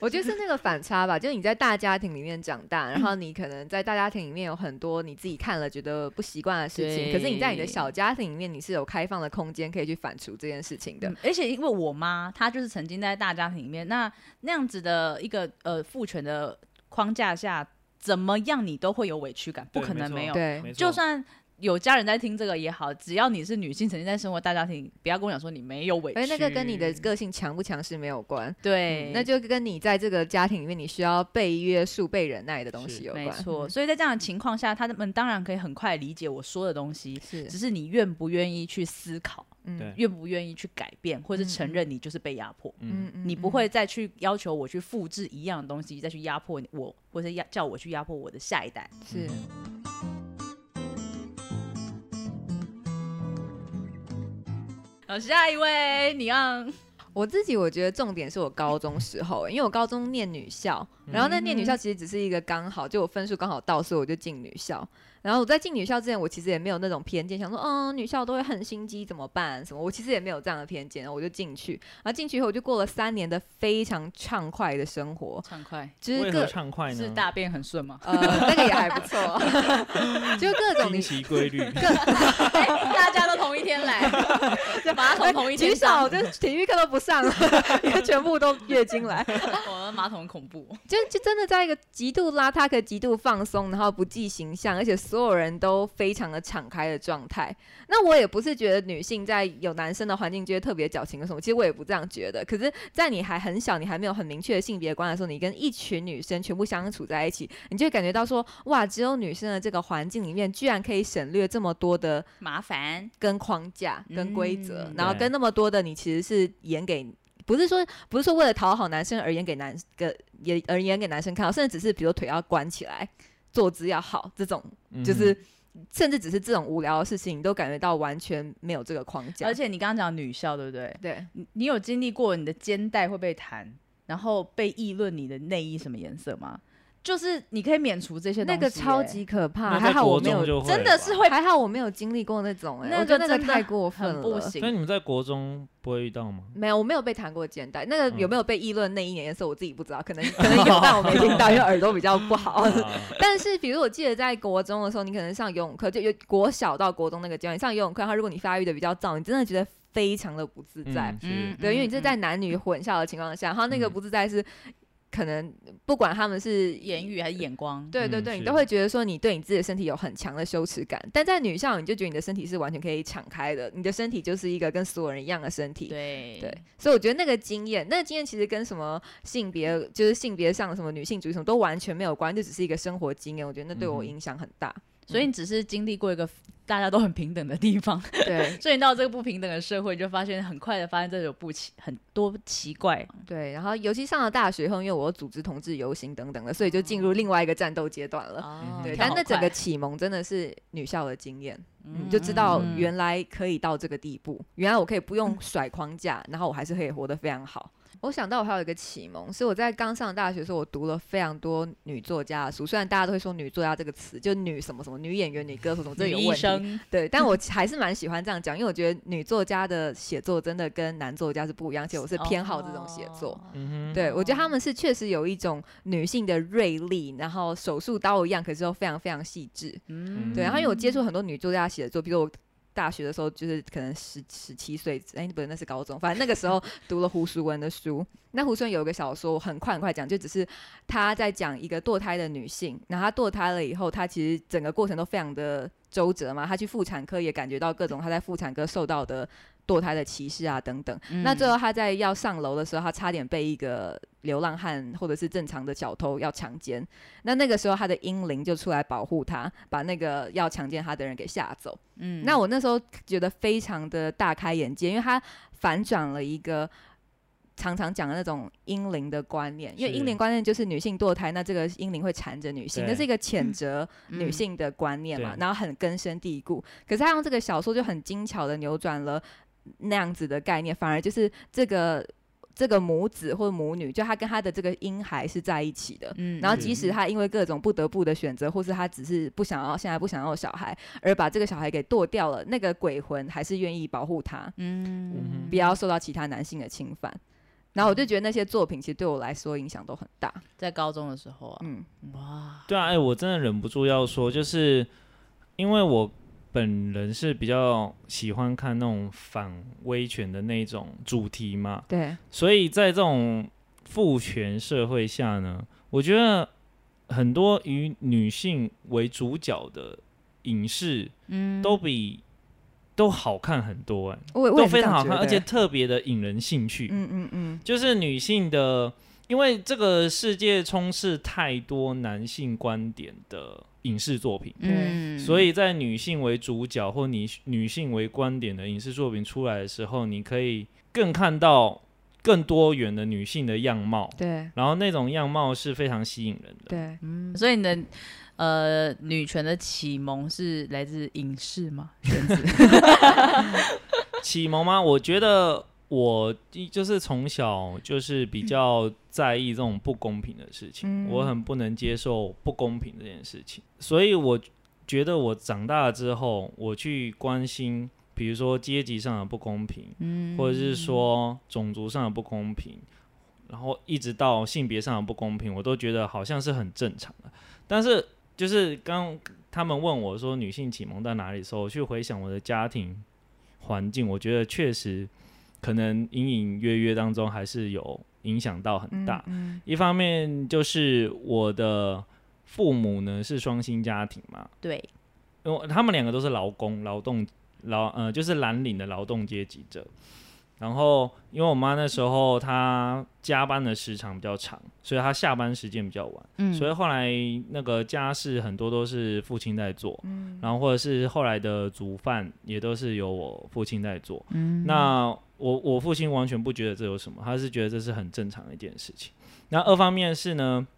S3: 我觉得是那个反差吧，就是你在大家庭里面长大，然
S2: 嗯
S3: 后你可能在大家庭里面有很多你自己看了觉得不习惯的事情，可是你在你的
S2: 对
S3: 小家庭里面，你是有开放的空间可以去反刍这件事情的
S2: 嗯。而且因为我妈她就是曾经在大家庭里面，那那样子的一个呃父权的框架下，怎么样你都会有委屈感，不
S1: 对
S2: 可能
S1: 错
S2: 没有。
S3: 对
S1: 没错
S2: 就算有家人在听这个也好，只要你是女性，曾经在生活大家庭，不要跟我讲说你没有委屈。
S3: 哎而那个跟你的
S2: 嗯
S3: 个性强不强势没有关，
S2: 对，
S3: 那就跟你在这个家庭里面你需要被约束、被忍耐的东西有
S2: 没
S3: 关。
S2: 错。所以在这样的情况下，他们当然可以很快理解我说的东西，
S3: 嗯是，
S2: 只是你愿不愿意去思考，
S1: 对
S3: 嗯
S2: 愿不愿意去改变，或是承认你就是被压迫。
S1: 嗯，
S3: 嗯
S2: 你不会再去要求我去复制一样的东西，再去压迫我，或是压叫我去压迫我的下一代。
S3: 是。
S2: 好，下一位，你让
S3: 我自己我觉得重点是我高中时候，因为我高中念女校，然后那念女
S1: 嗯
S3: 校其实只是一个刚好，就我分数刚好到，所以我就进女校。然后我在进女校之前，我其实也没有那种偏见，想说，嗯，女校都会很心机，怎么办？什么？我其实也没有这样的偏见，然后我就进去。然后进去以后，我就过了三年的非常畅快的生活，
S2: 畅快
S3: 就是
S1: 为何
S3: 各
S1: 畅快呢？
S2: 是大便很顺吗？
S3: 呃，那个也还不错，就各种
S1: 惊
S3: 你
S1: 奇规律，
S2: 大家都同一天来，马桶同一天
S3: 举手，
S2: 上，
S3: 就体育课都不上了， 因为全部都月经来。
S2: 我们马桶很恐怖。
S3: 就就真的在一个极度邋遢、可极度放松，然后不计形象，而且所有人都非常的敞开的状态。那我也不是觉得女性在有男生的环境就会特别矫情或什么，其实我也不这样觉得。可是，在你还很小，你还没有很明确的性别观的时候，你跟一群女生全部相处在一起，你就会感觉到说，哇，只有女生的这个环境里面，居然可以省略这么多的
S2: 麻烦，
S3: 跟框架、跟规则，
S2: 嗯
S3: 然后
S1: 对
S3: 跟那么多的你其实是演给，不是说不是说为了讨好男生而演给男个也而演给男生看到，甚至只是比如腿要关起来，坐姿要好这种，
S1: 嗯
S3: 就是、甚至只是这种无聊的事情，你都感觉到完全没有这个框架，
S2: 而且你刚刚讲女校，对不对？
S3: 对
S2: 你你有经历过你的肩带会被弹，然后被议论你的内衣什么颜色吗？就是你可以免除这些东西、
S3: 那个超
S2: 欸
S3: 级可怕，
S1: 那
S3: 还
S1: 在
S3: 好
S1: 国
S3: 我没
S1: 中就
S3: 有，
S1: 会
S2: 真的是会
S3: 还好我没有经历过那种哎、
S2: 那
S3: 我
S2: 个
S3: 觉得那
S2: 真
S3: 个
S2: 的
S3: 太过分
S2: 很
S3: 了，
S2: 不
S1: 吧。那
S2: 行。
S1: 你们在国中不会遇到 吗？
S3: 没有，我没有被谈过肩带。那个
S1: 嗯
S3: 有没有被议论那一年的时候，我自己不知道，可能可能有， 但我没听到，因为耳朵比较不好。
S1: 啊
S3: 但是，比如我记得在国中的时候，你可能上游泳课，就有国小到国中那个阶段，你上游泳课，他如果你发育的比较早，你真的觉得非常的不自在。
S1: 嗯是
S3: 对，因为你是在男女混校的情况下，然后那个
S1: 嗯
S3: 不自在是可能不管他们是
S2: 言语还是眼光，
S3: 对对
S1: 嗯
S3: 对，你
S1: 是
S3: 都会觉得说你对你自己的身体有很强的羞耻感，但在女校你就觉得你的身体是完全可以敞开的，你的身体就是一个跟所有人一样的身体。
S2: 对
S3: 对，嗯所以我觉得那个经验，那个经验其实跟什么性别，就是性别上的什么女性主义什么都完全没有关，就只是一个生活经验。我觉得那对
S1: 嗯
S3: 我
S1: 哼
S3: 影响很大。
S2: 所以你只是经历过一个大家都很平等的地 方，
S3: 对
S2: 所以你到这个不平等的社会，你就发现很快的发现这有不奇很多奇怪。
S3: 对，然后尤其上了大学后，因为我有组织同志游行等等的，所以就进入另外一个战斗阶段了。
S2: 哦
S3: 啊对，
S1: 跳
S3: 但那整个启蒙真的是女校的经验，
S2: 嗯
S3: 你就知道
S2: 嗯
S3: 原来可以到这个地步，原来我可以不用甩框架，然后我还是可以活得非常好。我想到我还有一个启蒙，是我在刚上大学的时候，我读了非常多女作家的书。虽然大家都会说“女作家”这个词，就女什么什么、女演员、女歌手什么，
S2: 嗯
S3: 这
S2: 女
S3: 有
S2: 医
S3: 问题。
S2: 生
S3: 对，但我还是蛮喜欢这样讲，因为我觉得女作家的写作真的跟男作家是不一样，而且我是偏好这种写作。
S2: 哦
S1: 嗯哼，
S3: 对，我觉得他们是确实有一种女性的锐利，然后手术刀一样，可是又非常非常细致。
S2: 嗯
S3: 对，然后啊有接触很多女作家写的作，比如我大学的时候，就是可能十十七岁，哎，不是，那是高中，反正那个时候读了胡淑文的书。那胡淑文有一个小说，我很快很快讲，就只是她在讲一个堕胎的女性，然后她堕胎了以后，她其实整个过程都非常的周折嘛，她去妇产科也感觉到各种她在妇产科受到的堕胎的歧视啊等等。
S1: 嗯
S2: 嗯
S3: 那最后他在要上楼的时候，他差点被一个流浪汉或者是正常的小偷要强奸。那那个时候他的英灵就出来保护他，把那个要强奸他的人给吓走。
S2: 嗯
S3: 那
S2: 我
S3: 我那时候觉得非常的大开眼界，因为他反转了一个。常常讲的那种阴灵的观念，因为
S1: 是
S3: 阴灵观念就是女性堕胎，那这个阴灵会缠着女性，
S1: 对
S3: 那是一个谴责
S2: 嗯
S3: 女性的观念嘛，
S1: 对
S3: 然后很根深蒂固。可是他用这个小说就很精巧的扭转了那样子的概念，反而就是这个这个母子或母女，就她跟她的这个婴孩是在一起的。
S2: 嗯
S3: 然后，
S1: 是
S3: 即使她因为各种不得不的选择，或是她只是不想要，现在不想要小孩，而把这个小孩给剁掉了，那个鬼魂还是愿意保护她，
S2: 嗯
S1: 嗯
S3: 不要受到其他男性的侵犯。然后我就觉得那些作品其实对我来说影响都很大。
S2: 在高中的时候啊，
S3: 嗯，
S2: 哇，
S1: 对啊，哎、我真的忍不住要说，就是因为我本人是比较喜欢看那种反威权的那种主题嘛，
S3: 对，
S1: 所以在这种父权社会下呢，我觉得很多以女性为主角的影视
S2: 嗯
S1: 都比、都好看很多、哎，
S3: 我也我
S1: 都
S3: 也是这
S1: 非常好
S3: 样觉
S1: 看，
S3: 得
S1: 而且特别的引人兴趣。
S3: 嗯嗯嗯，
S1: 就是女性的，因为这个世界充斥太多男性观点的影视作品，所
S3: 嗯
S2: 以
S1: 以在女性为主角或女女性为观点的影视作品出来的时候，你可以更看到更多元的女性的样貌，
S3: 对
S1: 然后那种样貌是非常吸引人的。
S3: 对。
S2: 嗯，所以你的呃女权的启蒙是来自影视吗？
S1: 启蒙吗？我觉得我一就是从小就是比较在意这种不公平的事情，
S3: 嗯
S1: 我很不能接受不公平这件事情，所以我觉得我长大了之后，我去关心，比如说阶级上的不公平，
S2: 嗯
S1: 或者是说种族上的不公平，然后一直到性别上的不公平，我都觉得好像是很正常的。但是就是刚他们问我说女性启蒙在哪里的时候，我去回想我的家庭环境，我觉得确实可能隐隐约约当中还是有影响到很大。
S3: 嗯
S1: 一方面就是我的父母呢是双薪家庭嘛，
S2: 嗯对，
S1: 因为他们两个都是劳工、劳动、劳呃，就是蓝领的劳动阶级者。然后，因为我妈那时候她加班的时长比较长，所以她下班时间比较晚，
S2: 嗯
S1: 所以后来那个家事很多都是父亲在做，
S3: 嗯
S1: 然后或者是后来的煮饭也都是由我父亲在做。
S2: 嗯
S1: 那我我父亲完全不觉得这有什么，他是觉得这是很正常的一件事情。那二方面是呢，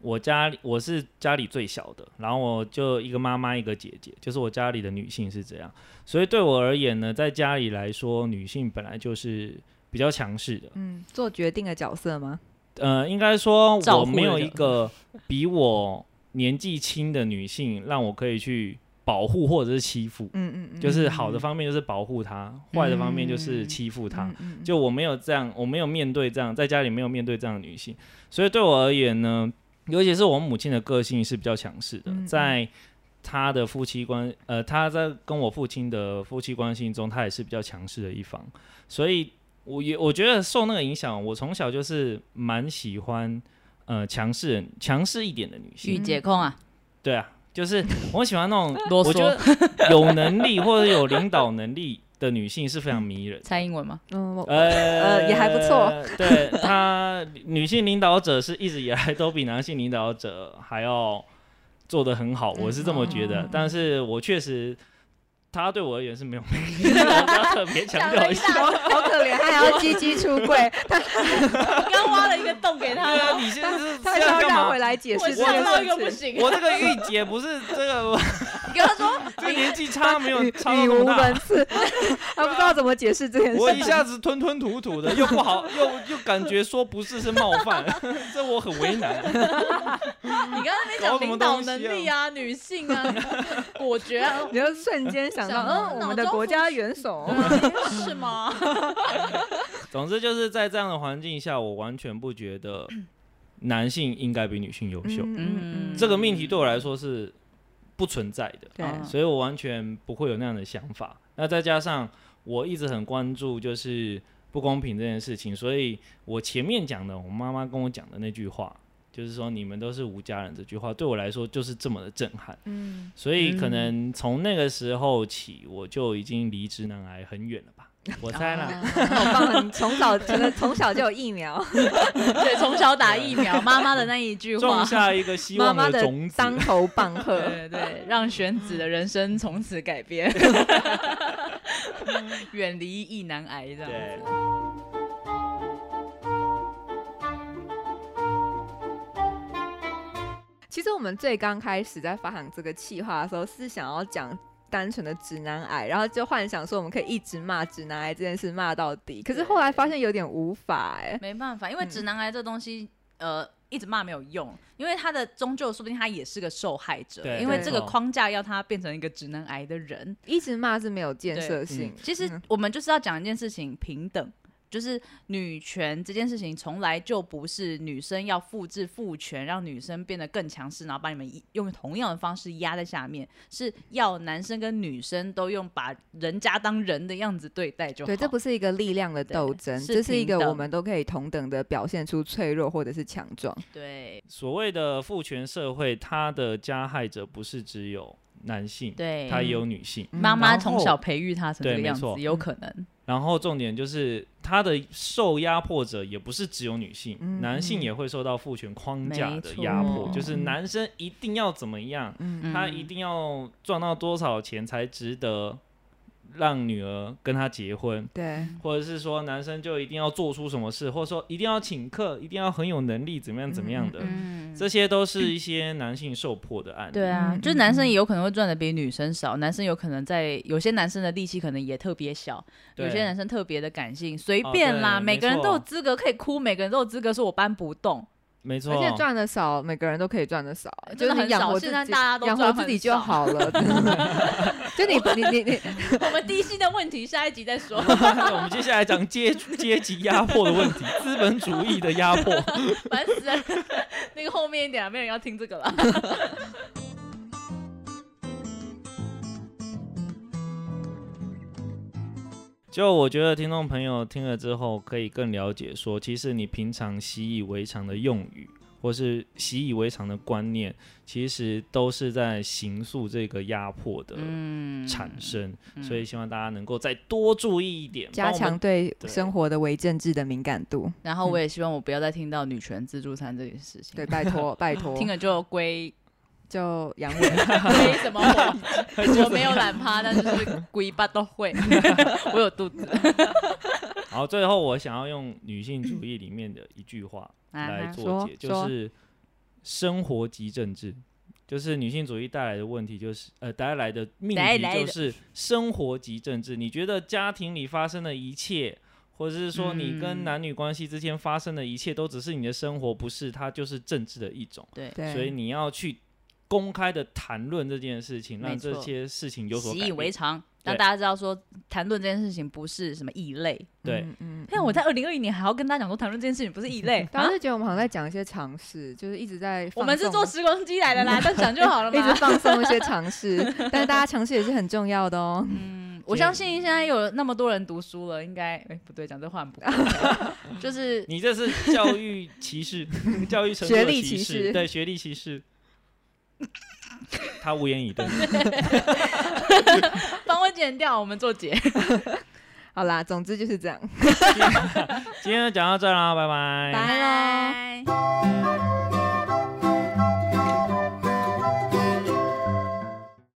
S1: 我家里我是家里最小的，然后我就一个妈妈一个姐姐，就是我家里的女性是这样，所以对我而言呢，在家里来说，女性本来就是比较强势的，
S3: 嗯，做决定的角色吗？
S1: 呃，应该说
S2: 照
S1: 我
S2: 顾
S1: 没
S2: 了
S1: 有
S2: 的
S1: 一个比我年纪轻的女性让我可以去保护或者是欺负，
S3: 嗯嗯嗯，
S1: 就是好的方面就是保护她，坏的方面就是欺负她。
S3: 嗯嗯
S1: 就我没有这样，我没有面对这样，在家里没有面对这样的女性，所以对我而言呢，尤其是我母亲的个性是比较强势的
S3: 嗯，嗯
S1: 在她的夫妻关，呃，她在跟我父亲的夫妻关系中，她也是比较强势的一方，所以我也我觉得受那个影响，我从小就是蛮喜欢呃强势人强势一点的女性，
S2: 御姐控 啊，
S1: 对啊，就是我喜欢那种
S2: 啰
S1: 我觉
S2: 嗦，
S1: 得有能力或者有领导能力的女性是非常迷人的。
S2: 蔡英文吗？
S3: 嗯我
S1: 呃
S3: 也还不错。
S1: 对他，女性领导者是一直以来都比男性领导者还要做得很好，我是这么觉得。但是我确实，他对我而言是没有魅力的，我要特别强调一下。
S3: 好可怜，他还要鸡鸡出 柜，
S2: 刚挖了一个洞给
S1: 对 啊，你现在是
S3: 他
S1: 这
S3: 还
S1: 样
S3: 要
S1: 干
S3: 绕回
S1: 嘛？
S3: 来解释这
S1: 我
S3: 件
S1: 想
S3: 事情。
S2: 行
S1: 我这个御姐不是这个，
S2: 你跟他说
S1: 这年纪差没有差到
S3: 语
S1: 那么
S3: 无
S1: 大
S3: 伦。 次，他不知道怎么解释这件
S1: 我一
S3: 事情。
S1: 下子吞吞吐吐的，又不好，又又感觉说不是是冒犯， 这我很为难。
S2: 你刚刚没
S1: 搞
S2: 讲
S1: 什么
S2: 领
S1: 东
S2: 导
S1: 西啊
S2: 能力啊，女性啊， 果决啊，
S3: 你就瞬间想到，
S2: 想到
S3: 嗯，我们的国家元首，
S2: 是吗？
S1: 总之就是在这样的环境下，我完全不觉得男性应该比女性优秀。
S2: 嗯
S1: 这个命题对我来说是不存在的，
S3: 对，
S2: 嗯
S1: 所以我完全不会有那样的想法。那再加上我一直很关注就是不公平这件事情，所以我前面讲的，我妈妈跟我讲的那句话，就是说你们都是无家人这句话，对我来说就是这么的震撼。
S3: 嗯，
S1: 所以可能从那个时候起，我就已经离直男癌很远了吧？我猜啦。
S3: 嗯好棒！你从小真的从小就有疫苗，
S2: 对，从小打疫苗，妈妈的那一句话
S1: 种，下一个希
S3: 妈
S1: 望
S3: 妈
S1: 种子。
S3: 当头棒喝。
S2: 对对，让玄子的人生从此改 变，远离意男癌这样
S1: 对
S2: 子。，
S3: 其实我们最刚开始在发行这个企划的时候，是想要讲单纯的直男癌，然后就幻想说我们可以一直骂直男癌这件事骂到底。可是后来发现有点无法哎、
S2: 没办法，因为
S3: 嗯
S2: 直男癌这东西，呃，一直骂没有用，因为他的终究说不定他也是个受害者，
S1: 对
S2: 因为
S3: 对
S2: 这个
S1: 哦
S2: 框架要他变成一个直男癌的人。
S3: 一直骂是没有建设性。
S2: 其实
S3: 嗯
S2: 我们就是要讲一件事情，平等。就是女权这件事情，从来就不是女生要复制父权，让女生变得更强势，然后把你们一用同样的方式压在下面，是要男生跟女生都用把人家当人的样子对待就好。
S3: 对，这不是一个力量的斗
S2: 对
S3: 争，
S2: 是
S3: 这是一个
S2: 平等
S3: 我们都可以同等的表现出脆弱或者是强壮。
S2: 对
S1: 所谓的父权社会，它的加害者不是只有男性，
S2: 对，
S1: 它也有女性。
S3: 嗯
S2: 妈妈
S1: 然后
S2: 从小培育他成这
S1: 对
S2: 个
S1: 没
S2: 样子
S1: 错，
S2: 有可能。
S1: 然后重点就是，它的受压迫者也不是只有女性，
S3: 嗯
S1: 男性也会受到父权框架的
S2: 没错
S1: 压迫，就是
S3: 嗯
S1: 男生一定要怎么样，
S3: 嗯，
S1: 他一定要赚到多少钱才值得让女儿跟他结婚，
S3: 对，
S1: 或者是说男生就一定要做出什么事，或者说一定要请客，一定要很有能力，怎么样怎么样的，
S2: 嗯，
S1: 这些都是一些男性受迫的案例。
S2: 对啊
S3: 嗯，
S2: 就是男生也有可能会赚的比女生少，男生有可能在有些男生的力气可能也特别小，
S1: 对
S2: 有些男生特别的感性，随
S1: 哦
S2: 便啦，
S1: 对
S2: 每
S1: 没
S2: 个人都有
S1: 错
S2: 资格可以哭，每个人都有资格说我搬不动，
S1: 没错，
S3: 而且赚的少，每个人都可以赚的少，
S2: 真
S3: 就
S2: 的
S3: 是
S2: 很
S3: 你养
S2: 少
S3: 活自
S2: 现
S3: 己，
S2: 在大家都
S3: 养活
S2: 赚
S3: 自
S2: 很
S3: 己就
S2: 少
S3: 好了。就你你你你，
S2: 我们低薪的问题下一集 再说，
S1: 我们接下来讲阶阶级压迫的问题，资本主义的压迫。
S2: 烦死了，那个后面一点啊，没有人要听这个了。
S1: 就我觉得听众朋友听了之后，可以更了解说，其实你平常习以为常的用语，或是习以为常的观念，其实都是在形塑这个压迫的
S2: 嗯
S1: 产生。
S2: 嗯
S1: 所以希望大家能够再多注意一点，
S3: 加
S1: 帮我们
S3: 强对
S1: 对
S3: 生活的为政治的敏感 度。
S2: 然后我也希望我不要再听到女权自助餐这件事情，
S3: 对，，拜 托拜托，
S2: 听了就归
S3: 就阳痿。
S2: 归什么 我我没有懒趴，但就是龟巴都会，我有肚子。
S1: 好，最后我想要用女性主义里面的一句话来
S2: 啊
S1: 做
S3: 说
S1: 解，就
S3: 说
S1: 是生活即政治，就是女性主义带来的问题，就是呃带来的命
S2: 带
S1: 题
S2: 来
S1: 就
S2: 的
S1: 是生活即政治。你觉得家庭里发生的一切，或者是说你
S3: 嗯
S1: 跟男女关系之间发生的一切都只是你的生活，不是它就是政治的一种，
S2: 对，
S3: 对，
S1: 所以你要去公开的谈论这件事情，
S2: 没
S1: 让这
S2: 错
S1: 些事情有所
S2: 习
S1: 改
S2: 以为
S1: 变。
S2: 常，让
S1: 对
S2: 大家知道说谈论这件事情不是什么异类。
S1: 对，
S3: 嗯，嗯
S2: 但我在二零二一年还要跟大家讲说，谈论这件事情不是异类
S3: 。大家
S2: 啊
S3: 就觉得我们好像在讲一些常识，就是一直在
S2: 我
S3: 放
S2: 们是
S3: 纵
S2: 坐时光机来的 啦，这样讲就好了
S3: 一直
S2: 嘛。
S3: 放松一些常识， 但是大家常识也是很重要的哦。
S2: 嗯 我相信现在有那么多人读书了，应该哎、不对，讲这话很 不对就是
S1: 你这是教育歧视，教育程度
S3: 学
S1: 的
S3: 历
S1: 歧
S3: 歧
S1: 视，
S3: 视
S1: 对学历歧视。 他无言以对，
S2: 帮我剪掉，我们做结。
S1: 哎
S3: 好啦，总之就是这样，
S1: 今天就讲到这啦，拜拜。
S3: 拜喽。